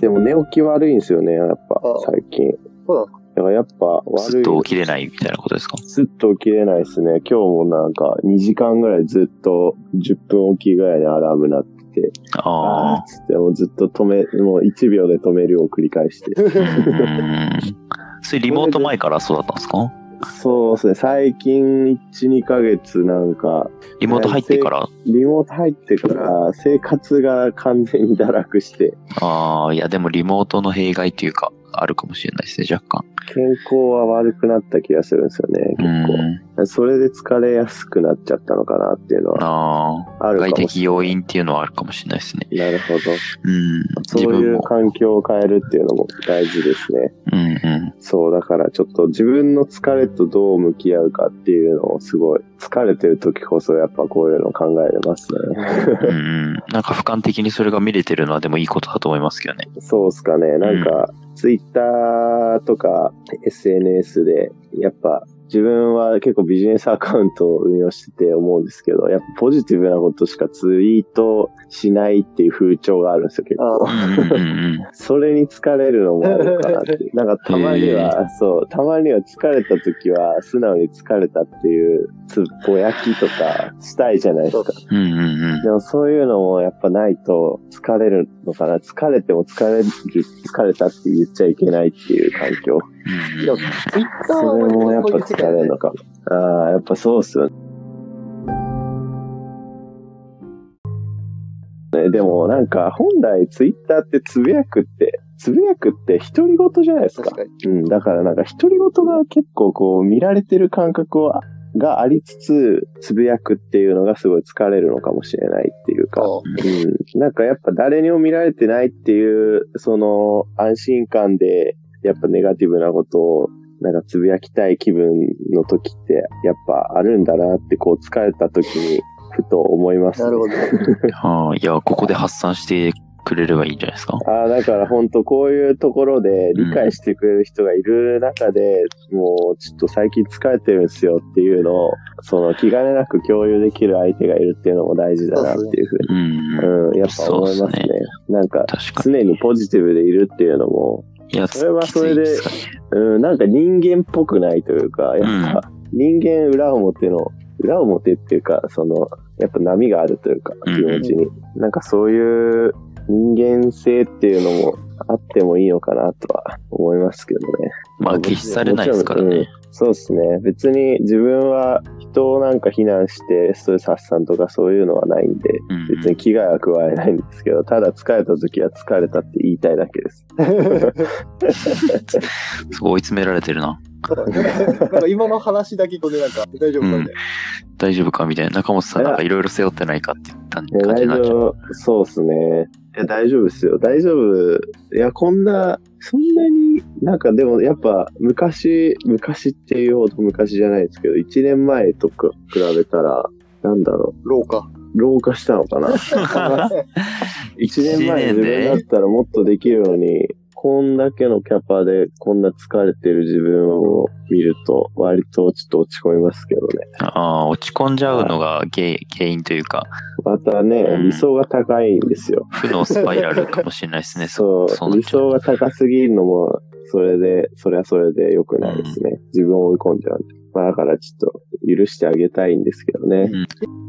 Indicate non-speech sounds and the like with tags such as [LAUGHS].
でも寝起き悪いんですよね、やっぱあ、最近。そうなんですかだからやっぱ悪い。ずっと起きれないみたいなことですかずっと起きれないですね。今日もなんか2時間ぐらいずっと10分起きぐらいでアラーム鳴って、あーあっつって、もうずっと止め、もう1秒で止めるを繰り返して。 [LAUGHS] あ。うん。それリモート前からそうだったんですかそうですね、最近1、2ヶ月なんか、リモート入ってからリモート入ってから生活が完全に堕落して、ああ、いやでもリモートの弊害っていうか、あるかもしれないですね、若干。健康は悪くなった気がするんですよね、結うん。構。それで疲れやすくなっちゃったのかなっていうのはああ、あるか外も的しれない。要因っていうのはあるかもしれないですね。なるほど。うん。自そうい分うも。環境を変えるっていうのも大事ですね。うんうん。そう、だからちょっと自分の疲れとどう向き合うかっていうのをすごい、疲れてる時こそやっぱこういうの考えれますね。うんうん。なんか俯瞰的にそれが見れてるのはでもいいことだと思いますけどね。そうっすかね。なんか、ツイッターとか SNS で、やっぱ自分は結構ビジネスアカウントを運用してて思うんですけど、やっぱポジティブなことしかツイートしないっていう風潮があるんですよ、結構。うんうんうんそれに疲れるのもあるかなっていう。なんかたまには、そう、たまには疲れた時は、素直に疲れたっていう、つぼやきとかしたいじゃないですか。うん。うんうんうん。でもそういうのもやっぱないと疲れるのかな。疲れても疲れる、疲れたって言っちゃいけないっていう環境。うん [LAUGHS] でうもん、ツイッターそれもやっはぱそういう世疲界れだるねのかも。ああ、やっぱそうっすよね。でもなんか本来ツイッターってつぶやくって、つぶやくって独り言じゃないですか確。かに。うん、だからなんか独り言が結構こう見られてる感覚はがありつつ、つぶやくっていうのがすごい疲れるのかもしれないっていうか、そうん、なんかやっぱ誰にも見られてないっていう、その安心感で、やっぱネガティブなことを、なんかつぶやきたい気分の時って、やっぱあるんだなって、こう疲れた時に、ふと思いまう。す、なるほど。ああ、いや、ここで発散してくれればいいんじゃないですか。ああ、だから本当こういうところで理解してくれる人がいる中で、もうちょっと最近疲れてるんですよっていうのを、その気兼ねなく共有できる相手がいるっていうのも大事だなっていうふうに、うんうん。うん、やっぱ思いそまうっすすねね。なんか、確かに。常にポジティブでいるっていうのも、いや、それはきついそれですかねうん、なんか人間っぽくないというか、やっぱ人間裏表の、裏表っていうか、その、やっぱ波があるというか、う気ん持ちに。なんかそういう人間性っていうのもあってもいいのかなとは思いますけどね。まあ、消しされないですからもちろんね。そうですね。別に自分は人をなんか非難してストレス発散とかそういうのはないんで、うん別に危害は加えないんですけど、ただ疲れた時は疲れたって言いたいだけです。すごい追い詰められてるな。なんか今の話だけこれなんか大丈夫かみたい大丈夫かみたいな。中本さんいやなんかいろいろ背負ってないかって言ったいや感じ大になっちゃう。丈夫、そうですね。いや、大丈夫ですよ。大丈夫。いや、こんな、そんなに、なんかでもやっぱ昔、昔っていうほど昔じゃないですけど、1年前とか比べたら、なんだろな。廊下。う、老化したのか [LAUGHS] な。1年前の自分だったらもっとできるのに、こんだけのキャパでこんな疲れてる自分を見ると、割とちょっと落ち込みますけどね。ああ、落ち込んじゃうのが原因原因というか、またね、理想が高いんですよ。負のスパイラルかもしれないですね。そうそうなっ理ちゃう想が高すぎるのも、それで、それはそれで良くないですね。自分を追い込んじゃうんで。まあだからちょっと許してあげたいんですけどね。うん